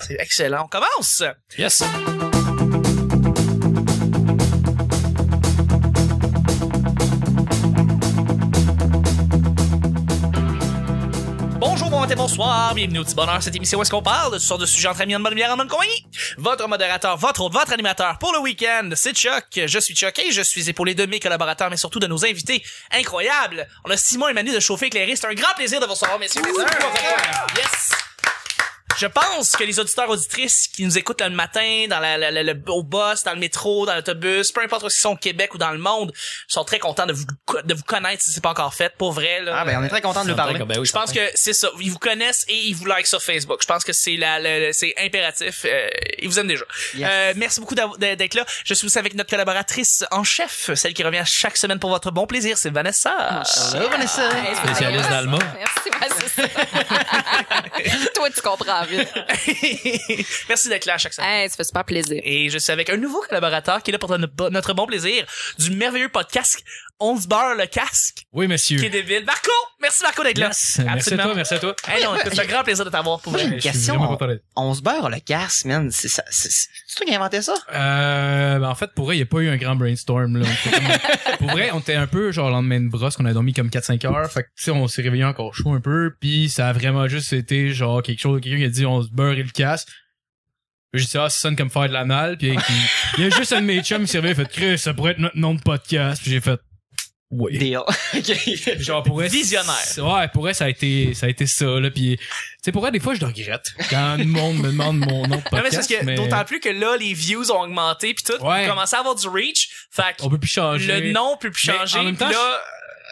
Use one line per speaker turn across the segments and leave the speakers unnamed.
C'est excellent. On commence!
Yes.
Bonjour, bon matin, bonsoir, bienvenue au petit bonheur. Cette émission où est-ce qu'on parle de toutes sortes de sujets entre amis, en bonne bière, en bonne compagnie. Votre modérateur, votre hôte, votre animateur pour le week-end, c'est Chuck. Je suis Chuck et je suis épaulé de mes collaborateurs, mais surtout de nos invités incroyables. On a Simon et Manu de Chauffer Éclairé. C'est un grand plaisir de vous recevoir, messieurs. Yes! Je pense que les auditeurs auditrices qui nous écoutent le matin, dans la, la- la- le- au bus, dans le métro, dans l'autobus, peu importe où ils sont au Québec ou dans le monde, sont très contents de vous, co- de vous connaître si c'est pas encore fait. Pour vrai, là.
Ah ben on est très content de lui parler.
Ben oui,
Je pense que c'est ça. Ils vous connaissent et ils vous likent sur Facebook. Je pense que c'est la, la- la- c'est impératif. Euh, ils vous aiment déjà.
Yes.
Euh, merci beaucoup d'av- d'être d'être là. Je suis aussi avec notre collaboratrice en chef, celle qui revient chaque semaine pour votre bon plaisir, c'est Vanessa.
Hello, Euh, Vanessa.
Ah,
Ah,
Spécialiste d'Alma.
Merci, ouais, c'est ça. Toi, tu comprends vite.
merci d'être là chaque semaine.
Hey, ça fait super plaisir.
Et je suis avec un nouveau collaborateur qui est là pour notre notre bon plaisir du merveilleux podcast On se beurre le casque
Oui, monsieur.
qui est débile. Marco, merci Marco d'être là.
Yes. Merci à
Absolument.
toi, merci à toi.
Hey, non, écoute, c'est un grand plaisir de t'avoir pour vrai.
J'ai une
Je suis
question.
vraiment
On,
content d'être-
on se beurre le casse, man. C'est ça- c'est- c'est- c'est toi qui as inventé ça?
Euh, ben en fait, pour vrai, il n'y a pas eu un grand brainstorm. Là. On était comme- pour vrai, on était un peu genre lendemain de brosse, qu'on a dormi comme 4-5 heures. Fait que, tu sais, on s'est réveillé encore chaud un peu. Puis ça a vraiment juste été genre quelque chose, quelqu'un qui a dit on se beurre et le casse. J'ai dit, ah, ça sonne comme faire de l'anal. Puis il- il y a juste un de mes chums qui s'est réveillé, il a fait, Chris, ça pourrait être notre nom de podcast. Puis j'ai fait, oui.
Deal. OK.
genre pour elle,
Visionnaire.
c- ouais pour elle, ça a été ça a été ça là puis tu sais pour elle, des fois je le regrette quand le monde me demande mon nom de
Non, mais c'est parce
podcast
que
mais
d'autant plus que là, les views ont augmenté puis tout,
Ouais.
on commence à avoir du reach. Fait que
on peut plus changer
le nom peut plus
Mais
changer.
en même
puis
temps,
là,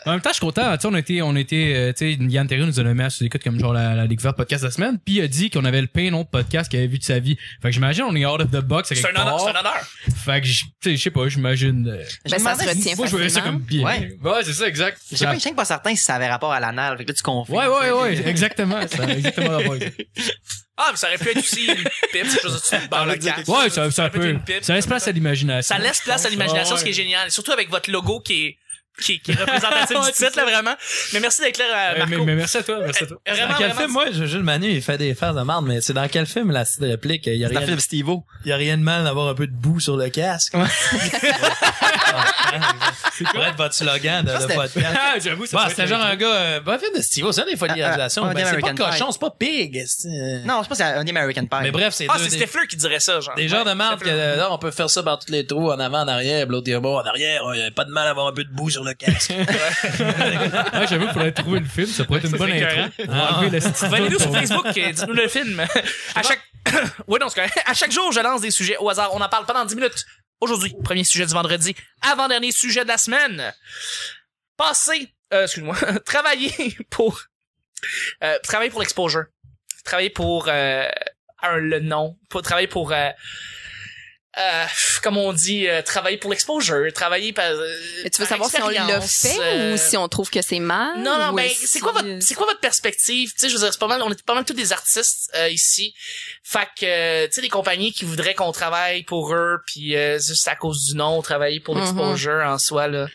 en même temps je suis content tu sais on était on était euh, tu sais Yann Terry nous a nommé à sous écoute comme genre la, la découverte podcast de la semaine puis il a dit qu'on avait le pire nom de podcast qu'il avait vu de sa vie fait que j'imagine on est out of the box à
c'est
quelque
un honneur.
part.
C'est un honneur.
fait que je- tu sais je sais pas j'imagine euh,
Je me
Ben, ça
demandais
se
si-
retient.
moi je verrais ça
facilement.
comme bien
Ouais.
c'est ça exact
Je sais pas, je suis pas certain si ça avait rapport à l'anal. Fait que là, tu confies.
ouais ouais ouais exactement ça a exactement rapport avec ça.
Ah, mais ça aurait pu être aussi une pipe, je veux dire, dans le casque.
ouais ça, ça,
peut être
peut
une pipe,
ça laisse place à l'imagination
Ça laisse place à l'imagination, ce qui est génial. Et Surtout avec votre logo qui est, qui, est- qui est représentatif
Ouais,
du titre, là, vraiment. Mais merci d'être là, euh,
Euh,
Marco.
mais, mais merci à toi, merci à toi.
Euh, Vraiment,
dans quel
vraiment,
film, moi, je Jules Manu, il fait des phases de marde, mais c'est dans quel film la petite réplique? Il y a,
C'est un
rien,
film Steve-O.
il y a rien de mal d'avoir un peu de boue sur le casque. c'est quoi? être votre slogan de,
Ça,
de
c'était-
podcast.
Ah, j'avoue, ça
Bah,
peut
c'était
être
genre
un-
un gars, euh, bah, film de Steve, ça, des folies
Ah, ah,
d'isolation.
ah,
Ben, c'est pas
American Pie.
cochon, c'est pas pig. c'est-
Non, je pense que c'est un American Pie.
Mais bref, c'est
Ah,
deux
c'est
des-
Steffler qui dirait ça, genre.
des genres de marde que,
Steffler.
euh, là, on peut faire ça par tous les trous, en avant, en arrière, puis l'autre, il dit, bon, en arrière, il y a pas de mal à avoir un peu de boue sur le casque.
Ah, j'avoue, il faudrait trouver le film, ça pourrait être une
Ça,
bonne
c'est
intro. On va enlever le style.
Venez-nous sur Facebook, euh, dites-nous le film. À chaque, ouais, non, c'est correct. À chaque jour, je lance des sujets au hasard. On en parle pendant 10 minutes. Aujourd'hui, premier sujet du vendredi. Avant-dernier sujet de la semaine. Passer, euh, excuse-moi, travailler pour, euh, travailler pour l'exposure. Travailler pour, euh, un, le nom. Pour, travailler pour, euh, euh, comme on dit, euh, travailler pour l'exposure, travailler par. euh,
Mais tu veux
par
savoir si on l'a
expérience,
fait
euh,
ou si on trouve que c'est mal?
non, non,
ou
ben,
si-
c'est quoi votre, c'est quoi votre perspective? Tu sais, je veux dire, c'est pas mal, on est pas mal tous des artistes, euh, ici. Fait que, euh, tu sais, des compagnies qui voudraient qu'on travaille pour eux, puis euh, juste à cause du nom, travailler pour
Mhm.
l'exposure en soi, là.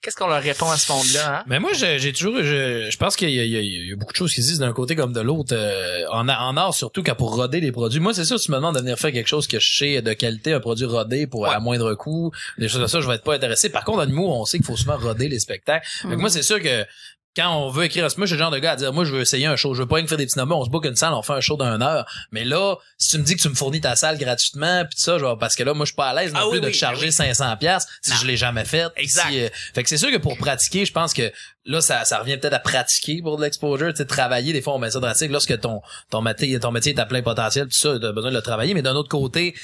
Qu'est-ce qu'on leur répond à ce monde-là, hein?
Mais moi, je- j'ai toujours, je, je pense qu'il y, a- il y a- il y a beaucoup de choses qui se disent d'un côté comme de l'autre. euh, en, a- en art, surtout, quand pour roder les produits. Moi, c'est sûr, tu me demandes de venir faire quelque chose que je sais de qualité, un produit rodé pour à moindre coût, des choses comme ça, je vais être pas intéressé. Par contre, en humour, on sait qu'il faut souvent roder les spectacles. Fait que moi, c'est sûr que quand on veut écrire, moi, je suis le genre de gars à dire, moi, je veux essayer un show. Je veux pas rien que faire des petits nombres. On se book une salle, on fait un show d'une heure. Mais là, si tu me dis que tu me fournis ta salle gratuitement, puis tout ça, genre, parce que là, moi, je suis pas à l'aise non
Ah
plus
oui,
de
oui,
te charger 500 pièces si
Non.
je l'ai jamais fait.
Exact.
Si, euh, fait que c'est sûr que pour pratiquer, je pense que là, ça, ça revient peut-être à pratiquer pour de l'exposure, tu sais, travailler. Des fois, on met ça drastique. Lorsque ton, ton métier, ton métier est à plein potentiel, tout ça, t'as besoin de le travailler. Mais d'un autre côté,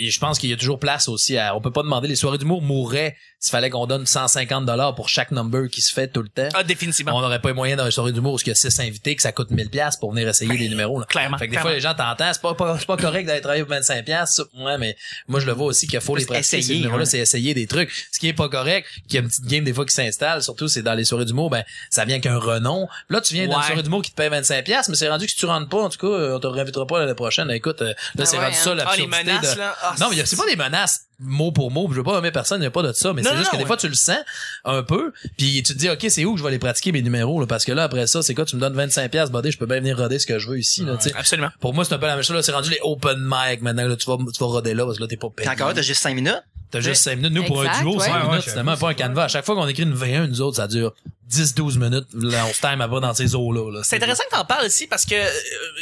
et je pense qu'il y a toujours place aussi à, on peut pas demander, les soirées d'humour mourraient s'il fallait qu'on donne 150 dollars pour chaque number qui se fait tout le temps.
Ah, définitivement.
On n'aurait pas eu moyen dans une soirée d'humour parce qu'il y a 6 invités que ça coûte 1000 pièces pour venir essayer des numéros, là.
Clairement.
Fait que des
clairement.
fois, les gens t'entendent, c'est pas, pas, c'est pas correct d'aller travailler pour 25 pièces. Ouais, mais moi, je le vois aussi qu'il faut les
Juste
pratiquer.
essayer,
Ces numéros-là,
ouais.
c'est essayer des trucs. Ce qui est pas correct, qu'il y a une petite game des fois qui s'installe, surtout c'est dans les soirées d'humour, ben, ça vient qu'un renom. Là, tu viens d'une
Ouais.
soirée d'humour qui te paye 25 pièces, mais c'est rendu que si tu rentres pas, en tout cas, euh, on te réinvitera pas l'année prochaine. Écoute, euh, là,
Ah
c'est
ouais,
rendu
hein.
ça,
ah, les
l'absurdité
menaces,
de-
là. Ah,
Non, mais y a- c'est pas des menaces mot pour mot. Je veux pas nommer personne, il n'y a pas de ça, mais
Non,
c'est
non,
juste que
non,
des fois, tu le sens un peu, puis tu te dis, OK, c'est où que je vais aller pratiquer mes numéros, là, parce que là, après ça, c'est quoi, tu me donnes 25$, piastres, bordé, je peux bien venir roder ce que je veux ici, là, tu sais.
Absolument.
Pour moi, c'est un peu la même chose, là, c'est rendu les open mic maintenant, là, tu vas, tu vas roder là, parce que là, t'es pas payé.
T'es encore, t'as juste 5 minutes.
T'as juste 5 minutes. Nous, pour un
Exact,
duo,
ouais.
5
Ouais, ouais,
minutes,
j'avoue,
finalement, pas un canevas. À chaque fois qu'on écrit une V1, nous autres, ça dure 10-12 minutes. Là, on se time à pas dans ces eaux-là. là.
C'est intéressant que t'en parles aussi parce que euh,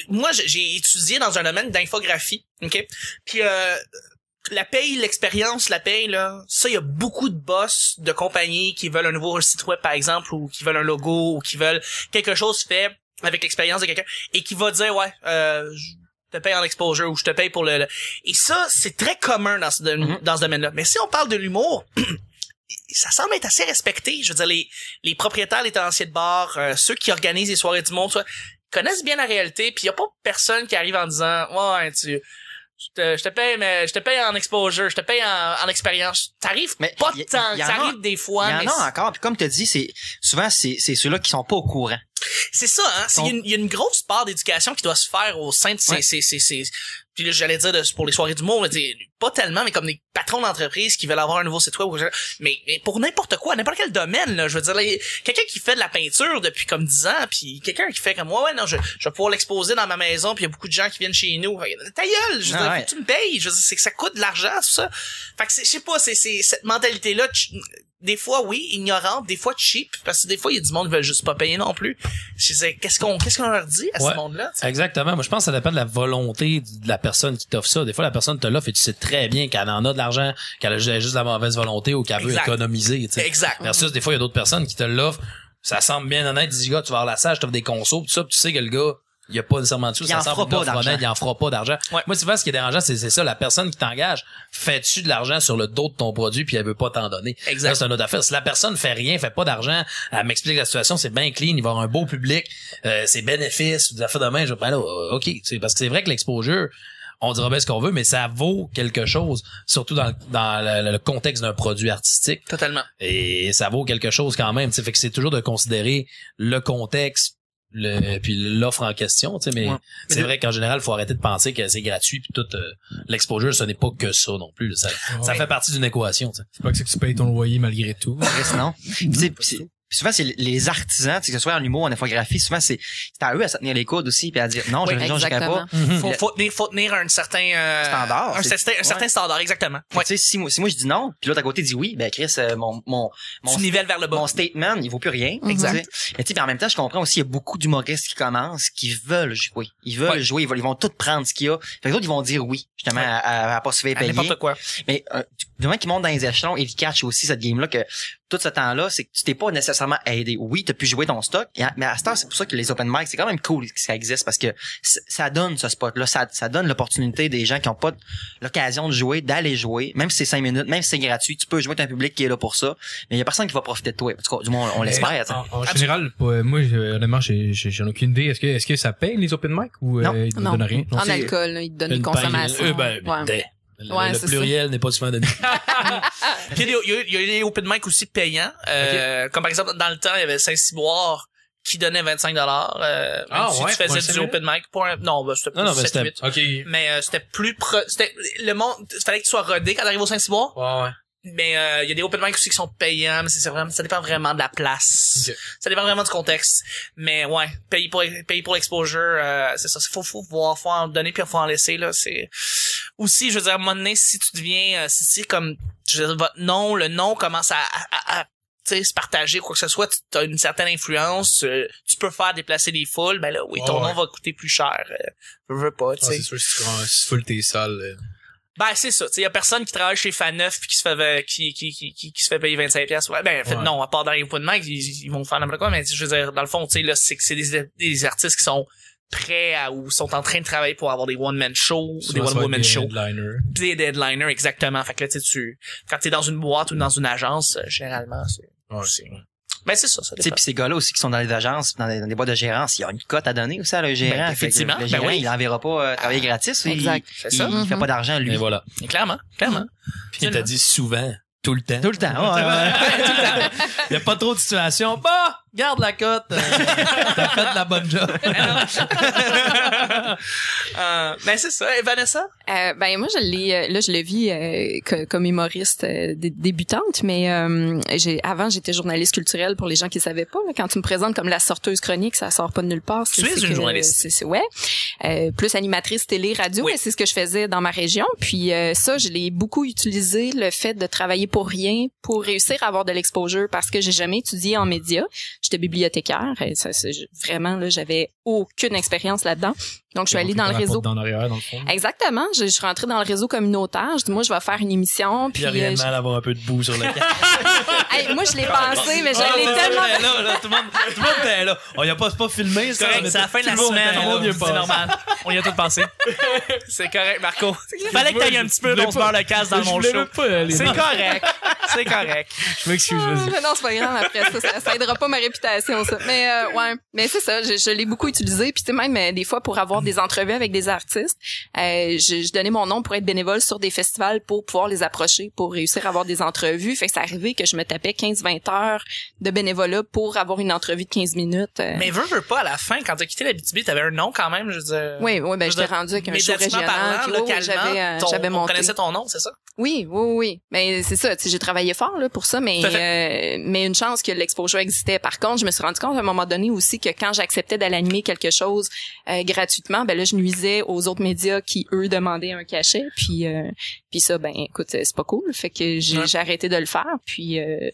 moi, j'ai- j'ai étudié dans un domaine d'infographie, OK? Puis euh, la paye, l'expérience, la paye, là, ça, il y a beaucoup de boss de compagnies qui veulent un nouveau site web, par exemple, ou qui veulent un logo, ou qui veulent quelque chose fait avec l'expérience de quelqu'un, et qui va dire, ouais, euh, je te paye en exposure, ou je te paye pour le... le- Et ça, c'est très commun dans ce, dom-
Mhm.
dans ce domaine-là. Mais si on parle de l'humour... Ça semble être assez respecté. Je veux dire, les, les propriétaires, les tenanciers de bar, euh, ceux qui organisent les soirées du monde, soit, connaissent bien la réalité, puis y a pas personne qui arrive en disant ouais tu je te, je te paye mais je te paye en exposure, je te paye en, en expérience. T'arrives
Mais
pas
y-
tant,
y en
ça
a-
arrive des fois,
il
mais
y en a encore. Puis comme t'as dit, c'est, souvent, c'est, c'est ceux-là qui sont pas au courant.
c'est ça hein, c'est- il y a une- il y, a une grosse part d'éducation qui doit se faire au sein de ces
Ouais.
ces ces, ces- puis là, j'allais dire de- pour les soirées du monde, pas tellement, mais comme des patrons d'entreprise qui veulent avoir un nouveau site web. ou quelque chose. Mais, mais pour n'importe quoi, n'importe quel domaine, là, je veux dire, là, y- quelqu'un qui fait de la peinture depuis comme 10 ans, puis quelqu'un qui fait comme, ouais, ouais, non, je, je vais pouvoir l'exposer dans ma maison, puis il y a beaucoup de gens qui viennent chez nous. Fait que, Ta gueule, je veux
Ah
dire,
ouais.
faut que tu me payes, je veux dire, c'est que ça coûte de l'argent, tout ça. Fait que, c'est- je sais pas, c'est c'est cette mentalité-là, ch- des fois, oui, ignorante, des fois cheap, parce que des fois, il y a du monde qui veut juste pas payer non plus. Je sais, qu'est-ce qu'on qu'est-ce qu'on leur dit à
Ouais.
ce monde-là? tu sais?
Exactement. Moi, je pense que ça dépend de la volonté de la personne qui t'offre ça. Des fois, la personne te l'offre et tu sais très bien qu'elle en a de l'argent, qu'elle a juste la mauvaise volonté ou qu'elle veut
Exact.
économiser. tu sais.
Exact.
Versus, des fois, il y a d'autres personnes qui te l'offrent. Ça semble bien honnête. Tu dis, gars, tu vas à la salle, je t'offre des consos, tout ça, puis tu sais que le gars, il y a pas nécessairement de sous,
Il
ça
en
semble
fera
une
pas
offre
d'argent.
honnête, il en fera pas d'argent.
Ouais.
Moi, tu vois, ce qui est dérangeant, c'est c'est ça, la personne qui t'engage, fais-tu de l'argent sur le dos de ton produit puis elle veut pas t'en donner.
Exact.
Ça, c'est une autre affaire. Si la personne fait rien, fait pas d'argent, elle m'explique la situation, c'est bien clean, il va avoir un beau public, euh, ses bénéfices, des affaires de main, je vais ben là, euh, OK, tu sais, parce que c'est vrai que l'exposure, on dira bien ce qu'on veut, mais ça vaut quelque chose, surtout dans, le- dans le- le contexte d'un produit artistique
Totalement.
et ça vaut quelque chose quand même. tu sais. Fait que c'est toujours de considérer le contexte le, puis l'offre en question. tu sais, Mais
Ouais.
c'est
Mais
vrai qu'en général, faut arrêter de penser que c'est gratuit puis tout euh, l'exposure, ce n'est pas que ça non plus. Ça, ça fait partie d'une équation. tu sais.
C'est pas que c'est que tu payes ton loyer malgré tout.
Chris, non. Puis, tu sais, puis c'est- puis souvent, c'est les artisans, tu sais, que ce soit en humour, en infographie, souvent, c'est, c'est à eux à se tenir les coudes aussi, puis à dire, non,
Oui,
je ne j'irai
Exactement.
pas.
Mmh. Mm-hmm.
faut, faut tenir, faut tenir un certain euh,
Standard,
un,
c'est-
certain, un
ouais.
certain standard, exactement.
Puis,
Ouais.
Tu sais, si moi, si moi, je dis non, puis l'autre à côté dit oui, ben, Chris, euh, mon, mon, mon,
Tu nivelles vers le bas.
mon statement, il vaut plus rien.
Exact.
tu sais. Mais tu sais, puis en même temps, je comprends aussi, il y a beaucoup d'humoristes qui commencent, qui veulent jouer. Ils veulent
Ouais.
jouer, ils, veulent- ils vont tout prendre ce qu'il y a. Fait que les autres, ils vont dire oui, justement,
Ouais.
à, à, à pas se faire
À
payer.
n'importe quoi.
Mais euh, du moment qu'ils montent dans les échelons, ils catchent aussi cette game-là que tout ce temps-là, c'est que tu t'es pas nécessairement aidé. Oui, t'as pu jouer ton stock, et à- mais à cette heure, c'est pour ça que les open mic, c'est quand même cool que ça existe parce que c- ça donne ce spot-là, ça, ça donne l'opportunité des gens qui ont pas t- l'occasion de jouer, d'aller jouer, même si c'est cinq minutes, même si c'est gratuit, tu peux jouer, t'as un public qui est là pour ça, mais il y a personne qui va profiter de toi. En tout cas, du moins, on, on l'espère. tu sais.
En, en général, pas- moi, je- honnêtement, j'ai- j'ai- j'en ai aucune idée. Est-ce que, est-ce que ça paye les open mic ou euh,
Non.
ils ne
Non.
donnent rien?
Non,
En
c'est-
alcool, là, ils te donnent une
Une
consommation.
paille, euh, ben,
Ouais.
des. Le,
Ouais,
le
c'est ça.
pluriel n'est pas souvent donné.
Puis il y a des- il y, a- il y a des open mic aussi payants. Euh, Comme par exemple, dans le temps, il y avait Saint-Cyboire qui donnait 25 dollars euh,
Ah
si
ouais,
tu
pour un
faisais
cinq
du
minutes?
open mic pour un- non, ben, c'était
Non, non,
plus
mais
7
c'était-
8.
Ok. Ouais,
Mais euh, c'était plus pro... c'était le monde, fallait que tu sois rodé quand t'arrives au Saint-Cyboire.
ouais. Ah,
Mais euh, il y a des open mic aussi qui sont payants, mais c'est c'est vraiment ça dépend vraiment de la place.
Ok.
Ça dépend vraiment du contexte. Mais ouais, payer pour payer pour l'exposure, euh, c'est ça, faut faut voir, faut en donner puis faut en laisser là, c'est aussi je veux dire à un moment donné si tu deviens euh, si si comme je veux dire, votre nom, le nom commence à, à- à- à, tu sais, se partager quoi que ce soit, tu as une certaine influence, tu, tu peux faire déplacer des foules, ben là oui, ton
Ouais, ouais.
nom va coûter plus cher. euh, je veux pas, tu
Ah,
sais.
c'est sûr, si tu prends- si tu full tes salles. euh,
Ben c'est ça, tu sais, y a personne qui travaille chez Faneuf puis qui se fait qui qui qui qui, qui se fait payer 25 pièces. Ouais, ben en fait,
Ouais.
non, à part dans les open mic, ils, ils vont faire n'importe quoi, mais je veux dire dans le fond, tu sais là, c'est que c'est des, des artistes qui sont prêts à, ou sont en train de travailler pour avoir des one man shows, ou des
souvent, ça
one
va
woman
être des
shows,
headliners.
pis des deadliners exactement. Fait que là tu sais, tu quand t'es dans une boîte ou dans une agence, euh, généralement c'est
Ouais.
ben c'est ça, ça
Tu sais,
dépend.
puis ces gars-là aussi qui sont dans les agences, dans des, dans des boîtes de gérance, il y a une cote à donner aussi à le gérant. Fait que
effectivement,
le
ben
gérant,
oui. Ah.
il enverra pas euh, travailler gratis. il-
Exact.
C'est
Il,
ça.
il fait pas d'argent, lui.
Et voilà.
Clairement, clairement.
Puis il t'a dit souvent, tout le temps.
Tout le temps. ouais, ouais, ouais.
Il n'y a pas trop de situations. Bah, garde la cote. euh, T'as fait de la bonne job.
Euh, ben c'est ça. Et Vanessa?
Euh, ben moi je l'ai euh, là je le vis euh, que- comme humoriste euh, dé- débutante mais euh, j'ai avant j'étais journaliste culturelle pour les gens qui savaient pas là. quand tu me présentes comme la sorteuse chronique ça sort pas de nulle part c'est-
Tu es
c'est
une
que-
journaliste.
c'est- c'est- ouais Euh, plus animatrice télé radio
Oui.
et c'est ce que je faisais dans ma région puis euh, ça je l'ai beaucoup utilisé le fait de travailler pour rien pour réussir à avoir de l'exposure parce que j'ai jamais étudié en médias j'étais bibliothécaire et ça, c'est- vraiment là j'avais aucune expérience là-dedans donc je suis allée dans le réseau
Dans l'arrière, dans le fond.
Exactement. Je, je suis rentrée dans le réseau communautaire. Je dis, moi, je vais faire une émission. Puis,
Puis rien
euh,
de mal à avoir un peu de boue sur le carte.
je- Hey, moi, je l'ai pensé, mais j'allais
Ah,
tellement.
c'est ça, là, là, tout le monde, tout le monde était là. On y a pas, c'est pas filmé, ça.
Correct,
mais
c'est la
tout-
fin de
tout
la
le monde
semaine.
était là,
on-
c'est
C'est normal. On y a tout passé. c'est correct, Marco. Fallait que t'ailles un petit peu,
voulais
on se
pas-
beurre le casse dans
Je
mon
voulais
show.
même pas aller.
C'est correct. C'est correct.
Je m'excuse, vas-y.
Ah, non, c'est pas grave après ça, ça. ça aidera pas ma réputation, ça. Mais euh, ouais, mais c'est ça. Je, je l'ai beaucoup utilisé. Puis tu sais, même euh, des fois pour avoir
Mm.
des entrevues avec des artistes, euh, je, je donnais mon nom pour être bénévole sur des festivals pour pouvoir les approcher, pour réussir à avoir des entrevues. Fait que ça arrivait que je me tapais 15-20 heures de bénévolat pour avoir une entrevue de 15 minutes. euh.
Mais veux, veux pas, à la fin, quand t'as quitté la BTB, t'avais un nom quand même, je veux dire.
oui, oui, ben
je veux
j'étais
dire,
rendue avec un show
Médiatiquement
régional.
parlant,
puis oui, oui, j'avais, euh,
localement, ton-
j'avais
on
monté.
connaissait ton nom, c'est ça?
Oui, oui, oui. Mais c'est ça, tu sais, j'ai travaillé fort là, pour ça, mais
Tout à
euh, mais une chance que l'exposure existait. Par contre, je me suis rendu compte à un moment donné aussi que quand j'acceptais d'aller animer quelque chose euh, gratuitement, ben là, je nuisais aux autres médias qui eux demandaient un cachet. Puis euh, puis ça, ben écoute, c'est pas cool. Fait que j'ai
Ouais.
j'ai arrêté de le faire. Puis euh,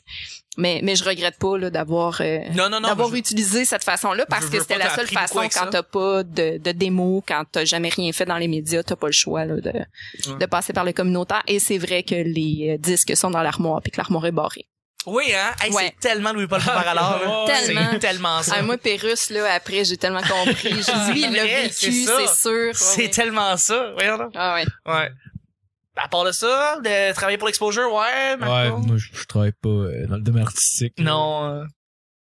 mais mais je regrette pas là d'avoir euh,
Non, non, non.
d'avoir
mais je-
utilisé cette façon-là parce
je
que
veux
c'était
pas,
la
t'as
seule
appris beaucoup
façon
avec ça.
quand t'as pas de, de démo, quand t'as jamais rien fait dans les médias, t'as pas le choix là, de, de passer par le communautaire. Et c'est vrai que les euh, disques sont dans l'armoire puis que l'armoire est barrée.
Oui, hein? Hey,
Ouais.
C'est tellement Louis-Paul Favaralard, là.
ouais. Tellement.
C'est tellement ça.
Ah, moi, Pérus, là, après, j'ai tellement compris. J'ai dit, lui, il l'a
Ouais,
vécu,
c'est ça.
c'est sûr. Ouais,
C'est
ouais.
tellement ça. Voyons donc.
Ah ouais.
Ouais. À part de ça, de travailler pour l'exposure, ouais,
Ouais,
Marco?
moi, je, je travaille pas euh, dans le domaine artistique.
Non. euh,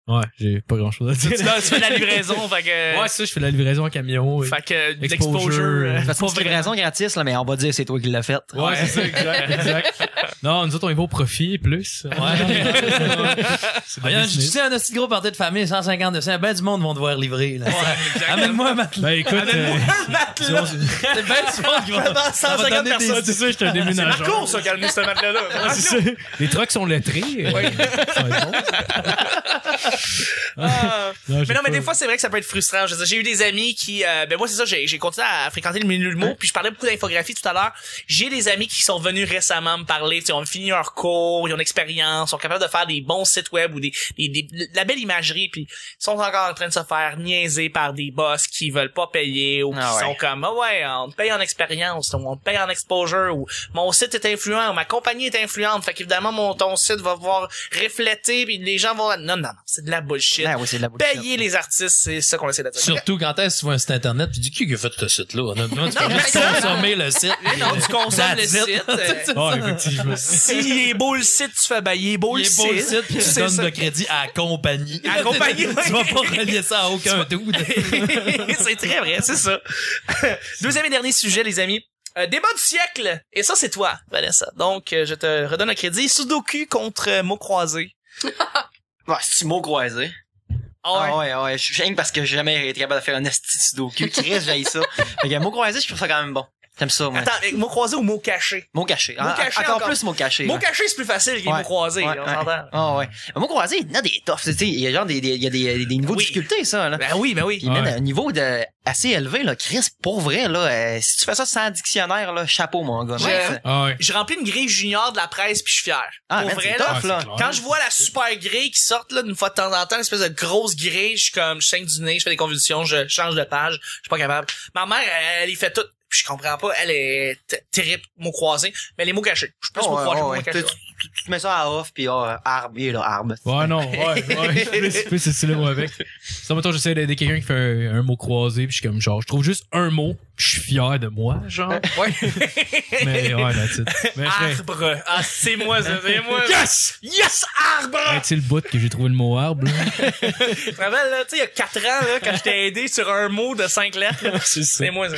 Ouais, j'ai pas grand chose à
tu,
dire.
tu fais de la livraison, fait que.
Ouais, ça, je fais de la livraison en camion. et-
Fait que
Exposure.
l'exposure. euh,
Parce que
pas
c'est une
vraiment.
raison gratis, là, mais on va dire c'est toi qui l'as faite.
Ouais, c'est ça, exact, exact. Non, nous autres, on y va au profit, plus.
Ouais.
C'est de la
Voyons, je
business.
disais un petit gros party de famille, 150 de cent, ben du monde vont devoir livrer, là. Amène-moi un matelas.
Ben, écoute, euh,
matelas. C'est ben du monde qui va.
Vraiment
va
150
donner des-
personnes.
c'est ça, je suis un
C'est
déménageur.
Marco, ça, qui a amené ce matelas-là.
Ouais, c'est ça. Les trucks sont lettrés.
Oui.
Ça va être bon.
Ah.
Non, j'ai
Mais non, mais
pas-
des fois, c'est vrai que ça peut être frustrant. Je veux dire, j'ai eu des amis qui, euh, ben moi, c'est ça, j'ai, j'ai continué à fréquenter le milieu de l'humour, puis je parlais beaucoup d'infographie tout à l'heure. J'ai des amis qui sont venus récemment me parler, tu sais, ils ont fini leur cours, ils ont une expérience, sont capables de faire des bons sites web ou des, des, des- de la belle imagerie, puis ils sont encore en train de se faire niaiser par des boss qui veulent pas payer ou qui
Ah ouais.
sont comme, ah ouais, on te paye en expérience, ou on te paye en exposure, ou mon site est influent, ou ma compagnie est influente, fait qu'évidemment, mon, ton site va voir refléter, puis les gens vont, non, non, non, c'est de la bullshit
Ah oui, c'est de la bullshit.
payer les artistes, c'est ça qu'on essaie de dire.
Surtout quand est-ce que tu vois un site internet, tu dis qui qui a fait ce site-là? Honnêtement, tu peux
mais
juste
ça-
consommer le site.
Mais non, tu consommes le
That's it.
site. euh,
Ah, effectivement.
S'il est beau le site, tu fais, ben, il est beau
Il
le
est beau le site,
site.
puis tu
C'est
donnes
ça.
le crédit à la compagnie.
À la compagnie,
tu
ouais.
vas pas relier ça à aucun doute.
c'est très vrai, c'est ça. Deuxième et dernier sujet, les amis. Euh, débat du siècle. Et ça, c'est toi, Vanessa. Donc, euh, je te redonne le crédit. Sudoku contre euh, mots croisés.
Ouais, c'est mot croisé.
Ah
Ah
ouais.
ouais, ouais, je suis parce que j'ai jamais été capable de faire un esti de sudoku. Chris, j'ai ça. Fait que mot croisé, je trouve ça quand même bon. J'aime ça, moi.
Attends, mais mots croisés ou mots cachés?
Mot caché.
Mot
Ah,
caché
encore,
encore.
plus mot caché.
Mots
ouais.
cachés, c'est plus facile que
Ouais.
mots croisés,
Ouais,
on
ouais.
s'entend.
Ah ouais. Mais mot croisé, il y en a des toffes. Tu sais, il y a genre des, des, il y a des, des, des niveaux
Oui.
de difficulté, ça, là.
Ben oui, ben oui.
Puis même
Ouais.
à un niveau de, assez élevé, là, Chris, pour vrai, là, euh, si tu fais ça sans dictionnaire, là, chapeau, mon gars.
Je-
Mec,
Ah, ouais.
Je remplis une grille junior de la presse puis je suis fier.
Ah,
Pour
man,
vrai,
c'est
là,
tough,
Ah,
là.
c'est clair.
Quand je vois la super grille qui sort là d'une fois de temps en temps, une espèce de grosse grille, je suis comme je saigne du nez, je fais des convulsions, je change de page, je suis pas capable. Ma mère, elle, elle y fait tout. Puis je comprends pas, elle est t- terrible, mots croisés, mais les mots cachés. Je suis plus
Oh,
mots
ouais,
croisés,
ouais,
mots
ouais.
cachés.
Tu- tu- Tu mets ça à off, puis oh, arbre, il est là, arbre.
Ouais, non, ouais, ouais. Plus, plus c'est le mot avec. Ça, mettons, j'essaie d'aider quelqu'un qui fait un, un mot croisé, puis je suis comme, genre, je trouve juste un mot, puis je suis fier de moi, genre.
Ouais.
Mais ouais, that's it. Mais je serais-
arbre. Ah, c'est moi, ça, c'est moi.
Yes!
Yes, arbre!
Hey, tu sais le bout que j'ai trouvé le mot arbre, là?
Tu te rappelles, là, tu sais, il y a 4 ans, là, quand je t'ai aidé sur un mot de 5 lettres, là.
C'est ça.
c'est moi, ça.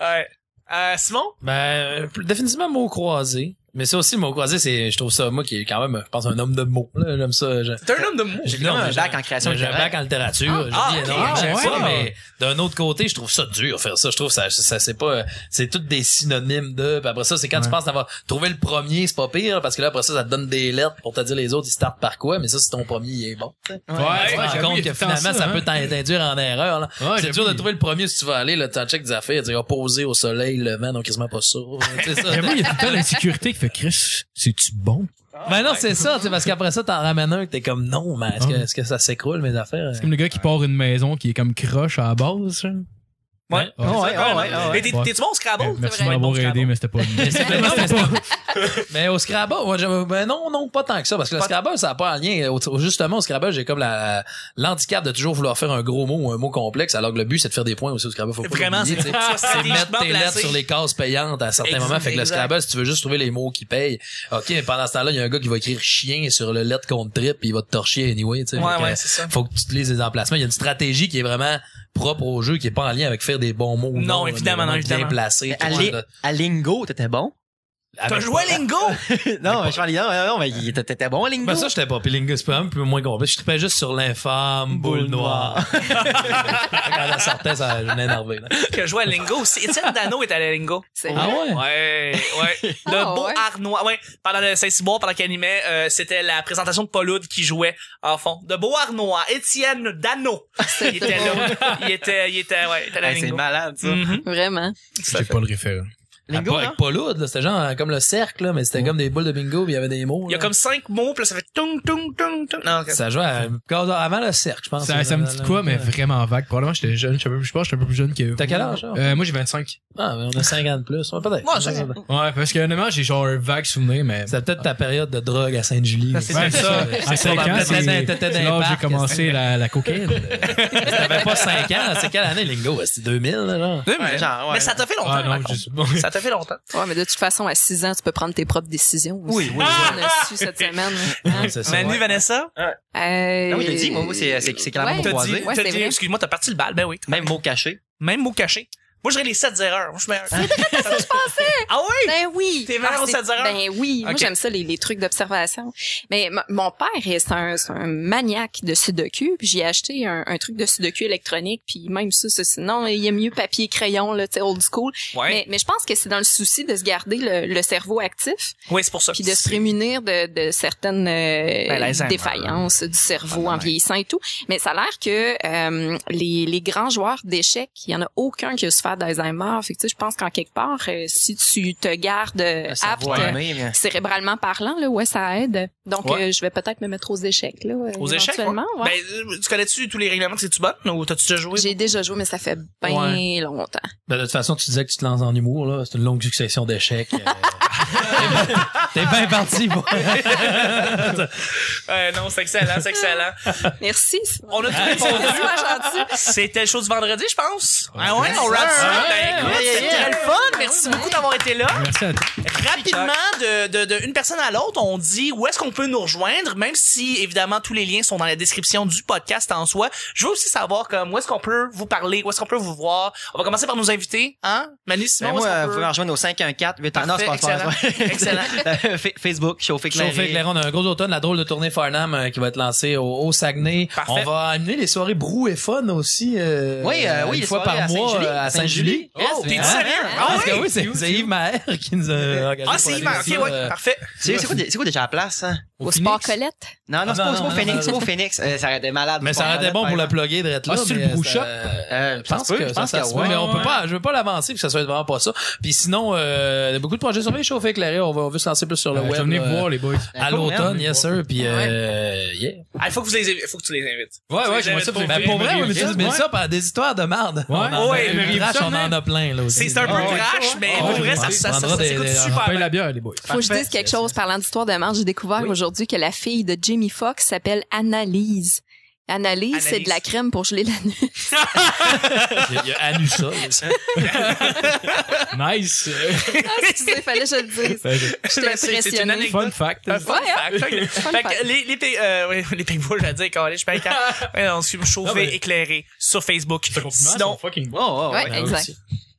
Ouais. Euh, Simon?
Ben, euh, plus- définitivement mot croisé. Mais ça aussi, le mot croisé, c'est, je trouve ça, moi, qui est quand même, je pense, un homme de mots, là. J'aime ça. je-
T'es un homme de mots.
J'ai
Non,
un
mais
bac en création
J'ai un
littéraire.
bac en littérature.
Ah,
j'ai dit,
ah,
non,
ok,
j'aime
ouais.
ça, mais d'un autre côté, je trouve ça dur faire ça. Je trouve ça, ça c'est pas, c'est toutes des synonymes de. Puis après ça, c'est quand tu
Ouais.
penses d'avoir trouvé le premier, c'est pas pire, parce que là après ça, ça te donne des lettres pour te dire les autres, ils startent par quoi. Mais ça, si ton premier, il est bon.
Ouais,
tu te rends
j'avoue,
compte
il y a
que
tout le temps
finalement, ça,
hein.
peut t'in- t'induire en erreur. Là.
Ouais,
c'est
j'avoue,
dur de
il-
trouver le premier si tu vas aller. Là, t'en check des affaires, tu opposé au soleil, le vent, donc quasiment pas sûr. C'est ça.
J'avoue, il y a tout le temps l'insécurité qui fait Chris, c'est-tu bon?
Ben non, c'est ça, tu sais, parce qu'après ça, t'en ramènes un que t'es comme non, mais est-ce que, est-ce que ça s'écroule mes affaires?
C'est comme le gars qui part une maison qui est comme croche à la base. genre.
Ouais.
Ah,
ouais,
C'est vraiment-
ouais, ouais, ouais.
Mais t'es- t'es-tu bon au Scrabble?
Eh, Merci
c'est
de
vrai.
m'avoir
Bon, Scrabble.
aidé, mais c'était pas.
Mais non, mais c'est pas- mais au Scrabble, moi, j'aime- ben non, non, pas tant que ça, parce que le Scrabble, ça n'a pas un lien. Au- Justement, au Scrabble, j'ai comme la, l'handicap de toujours vouloir faire un gros mot ou un mot complexe, alors que le but, c'est de faire des points aussi au Scrabble. Faut pas
Vraiment,
l'oublier,
c'est
tu sais.
c'est
C'est mettre tes lettres sur les cases payantes à certains
Exact,
moments. Fait que le
exact.
Scrabble, si tu veux juste trouver les mots qui payent, OK, mais pendant ce temps-là, il y a un gars qui va écrire chien sur le lettre contre trip, puis il va te torcher anyway, tu sais. Fait
Ouais,
que,
ouais, c'est ça.
faut que tu utilises les emplacements. Il y a une stratégie qui est vraiment propre au jeu, qui est pas en lien avec faire des bons mots. ou
Non, évidemment, non,
mais vraiment
évidemment.
Bien placé. tout
à,
le
li-
monde,
à Lingo, t'étais bon.
là.
T'as
Avec-
joué à Lingo?
Non, mais je parlais, non, non, non, mais il- t'étais- t'étais bon à Lingo.
Ben ça, j'étais pas Pilingo, c'est pas un peu moins complet. Je tripais juste sur l'infâme boule noire. Quand elle sortait, ça venait énervé. là.
que je jouais à Lingo. C'est- Étienne Dano est allé à Lingo.
C'est
Ah ouais?
Ouais, ouais. Le
Ah,
beau
ouais.
Arnois. Ouais, pendant le Saint-Cyboire, pendant qu'il animait, euh, c'était la présentation de Pauloud qui jouait en fond. De beau Arnois, Étienne Dano. Il était là. Il était, il était, ouais, il était allé à
Hey, c'est
Lingo.
malade, ça.
Mhm.
Vraiment.
J'ai pas le référent.
Lingo,
hein?
hein?
Ah,
non?
pas, pas lourde, là. C'était genre euh, comme le cercle, là, mais c'était comme des boules de bingo, puis il y avait des mots.
Il y a
là.
comme cinq mots, puis là, ça fait tung, tung, tung, tung. Non, ok.
Ça jouait à- quand- avant le cercle, je pense.
Ça, ça me dit de quoi, mais vraiment vague. Probablement, j'étais jeune. Je sais pas, je pense que j'étais un peu plus jeune que.
T'as quel âge, là?
Euh, moi, j'ai 25.
Ah, mais on a 50 de plus. Ouais, peut-être.
Ouais, ça-
Ouais, parce que honnêtement, j'ai genre un vague souvenir, mais.
C'est peut-être ta période de drogue à Sainte-Julie.
c'est
Ouais,
ça.
À 5 ans,
Peut-être
c'est
t'étais- t'étais dans
c'est
les
là où j'ai
parcs,
commencé la, la cocaïne.
T'avais pas 5 ans. C'est quelle année, Lingo? C'est 2000, là, genre?
Ouais, genre, ouais.
Mais ça t'a fait longtemps.
ah non,
par contre.
je sais pas.
Ça t'a fait longtemps.
Ouais, mais de toute façon, à 6 ans, tu peux prendre tes propres décisions. Aussi.
Oui, oui,
On a su cette semaine.
Ah
hein.
C'est ça,
Manu,
ouais.
Vanessa,
Euh,
Ah oui, je l'ai dit, moi, moi, c'est- c'est- c'est clairement
ouais.
mon
t'as
Croisé.
dit,
Ouais,
t'as
c'est
dit-
vrai.
excuse-moi, t'as parti le bal, ben oui.
Même mot caché.
Même mot caché. Moi, j'aurais les 7 erreurs. Moi, je suis meilleur. Je pensais. Ah oui?
Ben oui.
T'es vraiment
Ah, c'est-
aux 7 heures?
Ben oui. Moi,
Ok.
j'aime ça, les, les trucs d'observation. Mais m- mon père, c'est un, c'est un maniaque de sudoku. Puis j'ai acheté un, un truc de sudoku électronique. Puis même ça, ça, sinon, il y a mieux papier, crayon, là, tu sais, old school. Mais, mais je pense que c'est dans le souci de se garder le, le cerveau actif.
Oui, c'est pour ça.
Puis de se prémunir de, de certaines euh,
Ben, l'Alzheimer.
défaillances du cerveau en vieillissant et tout. Mais ça a l'air que euh, les, les grands joueurs d'échecs, il y en a aucun qui a souffert d'Alzheimer. Fait que, tu sais, je pense qu'en quelque part, euh, si tu te gardes euh,
Le
apte
cerveau
euh,
aimé, mais-
cérébralement parlant, là, ouais, ça aide. Donc,
Ouais.
euh, je vais peut-être me mettre aux échecs, là. euh,
Aux échecs?
éventuellement, ouais.
Ben, euh, tu connais-tu tous les règlements que tu bonne ou t'as-tu déjà joué?
J'ai déjà joué, mais ça fait bien
Ouais.
longtemps.
Ben, de toute façon, tu disais que tu te lances en humour, là. C'est une longue succession d'échecs. euh. T'es bien parti, moi.
Euh, non, c'est excellent, c'est excellent.
Merci.
On a tout
Merci,
répondu.
ma gentille.
C'était le show du vendredi, je pense. Ah ouais, on wrap ça.
Ouais.
Ben, écoute,
Ouais,
c'était
yeah,
très
yeah.
le fun. Merci beaucoup d'avoir été là.
Merci à toi.
Rapidement, de, de, de une personne à l'autre, on dit où est-ce qu'on peut nous rejoindre, même si, évidemment, tous les liens sont dans la description du podcast en soi. Je veux aussi savoir, comme, où est-ce qu'on peut vous parler, où est-ce qu'on peut vous voir. On va commencer par nous inviter, hein? Manu,
Ben,
Simon, où
moi,
est-ce
euh,
qu'on
vous
peut-
pouvez me rejoindre au 514 8 Non, c'est pas
Parfait, excellent.
Facebook, Chauffé
Chauffé
Clairé.
éclairé, on a un gros automne, la drôle de tournée Farnham euh, qui va être lancée au, au Saguenay.
Parfait.
On va amener les soirées Brou et Fun aussi. euh,
Oui, euh, oui,
une
les
fois
soirées à
par mois
Saint-Julie.
euh, à Saint-Julie.
Saint-Julie. Yes,
T'es
Ah,
sérieux?
Ah,
Ah
parce que
ouais?
oui, c'est c'est Yves Maher qui nous a engagés
Ah,
pour
c'est
aller
Yvan,
faire
ok,
ça,
ouais,
euh,
parfait.
C'est c'est quoi, c'est quoi déjà à la place, hein?
au
Au
Phoenix.
sport Colette.
Non, non, c'est pas
Ah, non,
c'est pas au
non,
Phoenix,
non,
c'est pas au
non.
Phoenix. Euh, Ça aurait été malade.
Mais ça aurait été bon pour
plan.
le plugger d'être là.
Ah, c'est
mais,
le Brew
ça-
Shop?
euh, Je pense
Ça se peut, je
que ça,
pense
ça
que
se peut, mais
ouais.
on peut pas, je veux pas l'avancer, puis ça soit vraiment pas ça. Puis sinon, euh, il y a beaucoup de projets surveillés, chauffé éclairé, on va, on veut se lancer plus sur le
Ben,
Euh,
web.
venez
euh,
voir, les boys.
à
Cool,
l'automne,
man.
yes sir, puis euh, yeah.
Ah, faut que vous les, faut que tu les invites.
Ouais,
ouais, j'aimerais
ouais, j'aimerais
ça
ça.
pour-
Ben, pour vrai,
pour
on
les
a mis
réussir,
ça par des histoires de marde.
Ouais.
on en
Ouais, mais
a, une
réussir,
trash, on en a plein, là aussi.
C'est c'est un peu
Ah, ouais.
trash, mais
Ah,
pour
ouais,
vrai, ça,
on
ça, ça,
prendra
ça
des-
coûte
des- on
super
Paye
bien.
la bière, les boys.
Faut que je dise quelque chose parlant d'histoire de marge. J'ai découvert aujourd'hui que la fille de Jimmy Fox s'appelle Analyse. Analyse, c'est
Annalise.
de la crème pour geler la nuit.
Ah, Il y a- il y a Anusa.
Nice.
Ah, Excusez, fallait que je le dise. J'étais
C'est- c'est une
impressionnée.
anecdote.
Fun fact.
Un fun
Ouais, hein?
fact. Fait que- fait
fact.
que les, les, pay- euh, oui, les paywalls, j'allais dire, quand je suis pas quand- Ouais, non, je suis chauffé,
Non, mais-
éclairé sur Facebook.
Ce compliment,
Sinon,
c'est fucking bon.
Oh, oh,
Ouais,
ouais.
exact.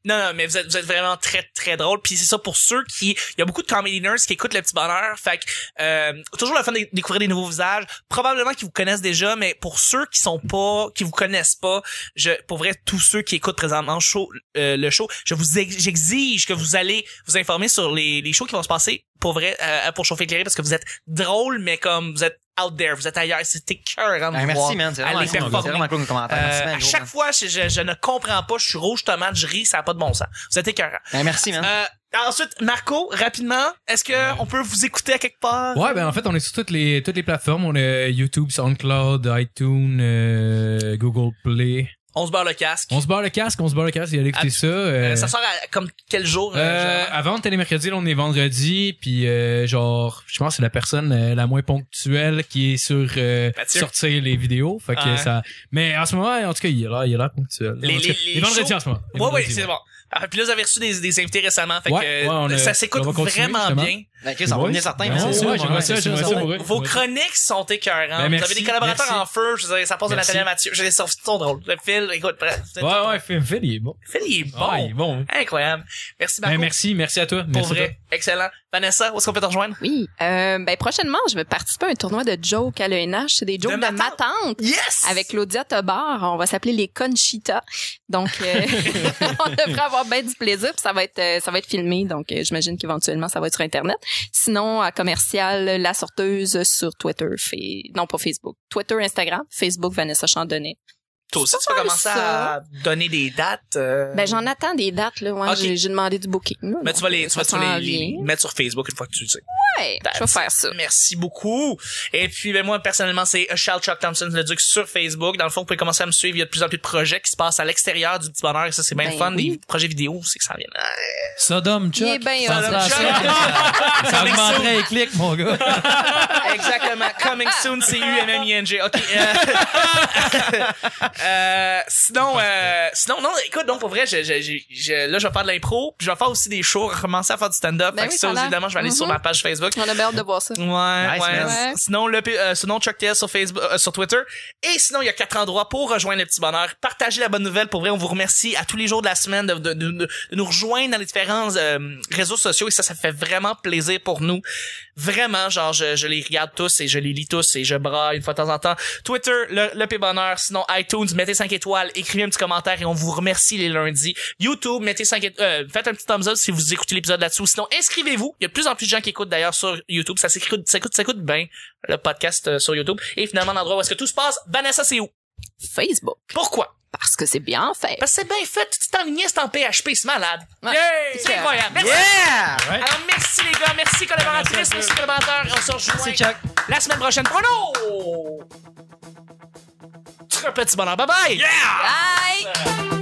Non, non, mais vous êtes, vous êtes vraiment très, très drôle. Puis c'est ça pour ceux qui... Il y a beaucoup de comedy nerds qui écoutent Le Petit Bonheur. Fait que, euh, toujours le fun de découvrir des nouveaux visages. Probablement qu'ils vous connaissent déjà, mais pour ceux qui sont pas... qui vous connaissent pas, je, pour vrai, tous ceux qui écoutent présentement le show, euh, le show, je vous ex- j'exige que vous allez vous informer sur les, les shows qui vont se passer pour vrai, euh, pour chauffer éclairé, parce que vous êtes drôle, mais comme vous êtes out there, vous êtes ailleurs, c'est écœurant de
Ah,
voir.
merci, man. C'est vraiment,
Allez
cool,
performer.
c'est vraiment cool comme commentaire.
Euh,
Merci, man,
à
gros,
chaque
man.
fois, je, je, je ne comprends pas, je suis rouge tomate, je ris, ça n'a pas de bon sens. Vous êtes écœurant.
Ben, merci, man.
Euh, ensuite, Marco, rapidement, est-ce que on peut vous écouter à quelque part?
Ouais, ben en fait, on est sur toutes les, toutes les plateformes. On est YouTube, SoundCloud, iTunes, euh, Google Play.
On se barre le casque.
On se barre le casque, on se barre le casque, allez écouter
Ah,
ça. euh,
Euh, ça sort à comme quel jour? euh,
Euh,
genre?
avant télémercredi, là, on est vendredi, puis euh, genre, je pense que c'est la personne euh, la moins ponctuelle qui est sur euh,
Mathieu.
sortir les vidéos. Fait que
Ouais.
ça. Mais en ce moment, en tout cas, il est là, il est là ponctuel.
Les-
En tout cas,
les- les
vendredis
shows-
en ce moment. Les
ouais, ouais,
vendredis,
c'est
ouais.
bon. Ah, puis là, vous avez reçu des, des invités récemment, fait
Ouais,
que
ouais, on a-
ça s'écoute
on va continuer,
vraiment
justement.
bien.
Ben, Chris, on va
Ouais.
venir certains,
Ben,
man.
c'est
ouais,
sûr,
ouais, j'aimerais
ouais,
ça,
c'est
j'aimerais
sûr,
ça
ouais.
pour eux.
Vos chroniques sont écœurantes.
Ben,
vous avez
merci,
des collaborateurs
merci.
en feu, je veux dire, ça passe de
Merci.
Nathalie à Mathieu. Je les sors, ils sont drôles. Le Phil, écoute, bref,
Ouais, ouais, Phil, Phil, il est bon.
Phil, il est bon.
Ah, il est bon. hein.
Incroyable. Merci, Marco.
Ben, merci, merci à toi.
Pour
Merci à
vrai, excellent. Vanessa, où est-ce qu'on peut te rejoindre?
Oui. Euh, ben, prochainement, je vais participer à un tournoi de jokes à l'ENH. C'est des jokes
De
de,
ma
ma tante.
Yes!
Avec Claudia Tobar, on va s'appeler les Conchita. Donc, euh, on devrait avoir bien du plaisir. Puis ça va être, euh, ça va être filmé. Donc, euh, j'imagine qu'éventuellement, ça va être sur Internet. Sinon, à commercial, la sorteuse sur Twitter, fait, non pas Facebook, Twitter, Instagram, Facebook, Vanessa Chandonnet.
Toi aussi, tu
C'est
peux
pas
commencer
ça.
à donner des dates. euh,
Ben, j'en attends des dates, là. Ouais,
Ok.
j'ai- j'ai demandé du booking. là.
Mais tu vas les, tu
Ça
vas, tu vas
s'en
les- les
vient.
mettre sur Facebook une fois que tu le sais.
Ouais, je vais faire ça.
Merci beaucoup. Et puis, ben, moi, personnellement, c'est Charles Chuck Thompson, le duc sur Facebook. Dans le fond, vous pouvez commencer à me suivre. Il y a de plus en plus de projets qui se passent à l'extérieur du petit bonheur. Et ça, c'est bien
Ben
le fun.
oui.
Des projets vidéo, c'est que ça en vient. Ah,
Sodom Chuck.
Il est bien
Ça
hot,
sera
le
ça. Ça
Coming soon.
augmenterait les clics, mon gars.
Exactement. Coming soon, c'est U-M-M-I-N-G. OK. euh, euh, sinon, euh, sinon, non, écoute, donc, pour vrai, je, je, je- je- là, je vais faire de l'impro, puis je vais faire aussi des shows, recommencer à faire du stand-up.
Ben
Fait que
oui,
ça,
ça a l'air.
évidemment, je vais aller sur
Mhm.
ma page Facebook.
On a bien hâte de voir ça.
Ouais,
Nice,
ouais.
man.
Ouais.
Sinon, le, P- euh, sinon, Chuck TL sur Facebook, euh, sur Twitter. Et sinon, il y a quatre endroits pour rejoindre le petit bonheur. Partagez la bonne nouvelle. Pour vrai, on vous remercie à tous les jours de la semaine de, de, de- de nous rejoindre dans les différents euh, réseaux sociaux. Et ça, ça fait vraiment plaisir pour nous. Vraiment, genre, je, je les regarde tous et je les lis tous et je braille une fois de temps en temps. Twitter, le, le P bonheur. Sinon, iTunes, mettez 5 étoiles, écrivez un petit commentaire et on vous remercie les lundis. YouTube, mettez 5 étoiles, faites un petit thumbs up si vous écoutez l'épisode là-dessous. Sinon, inscrivez-vous. Il y a de plus en plus de gens qui écoutent d'ailleurs sur YouTube. Ça s'écoute, ça coûte, ça coûte bien le podcast euh, sur YouTube. Et finalement, l'endroit où est-ce que tout se passe, Vanessa, c'est où?
Facebook,
Pourquoi?
parce que c'est bien fait.
Parce que c'est bien fait, tu t'es enligné, c'est en PHP, c'est malade.
Ouais.
Yay! C'est
C'est
incroyable. Merci.
Yeah!
Alors, merci les gars, merci collaboratrices, merci collaborateurs. On se rejoint
Merci, Chuck.
la semaine prochaine pour un autre petit bonheur. Bye bye!
Bye!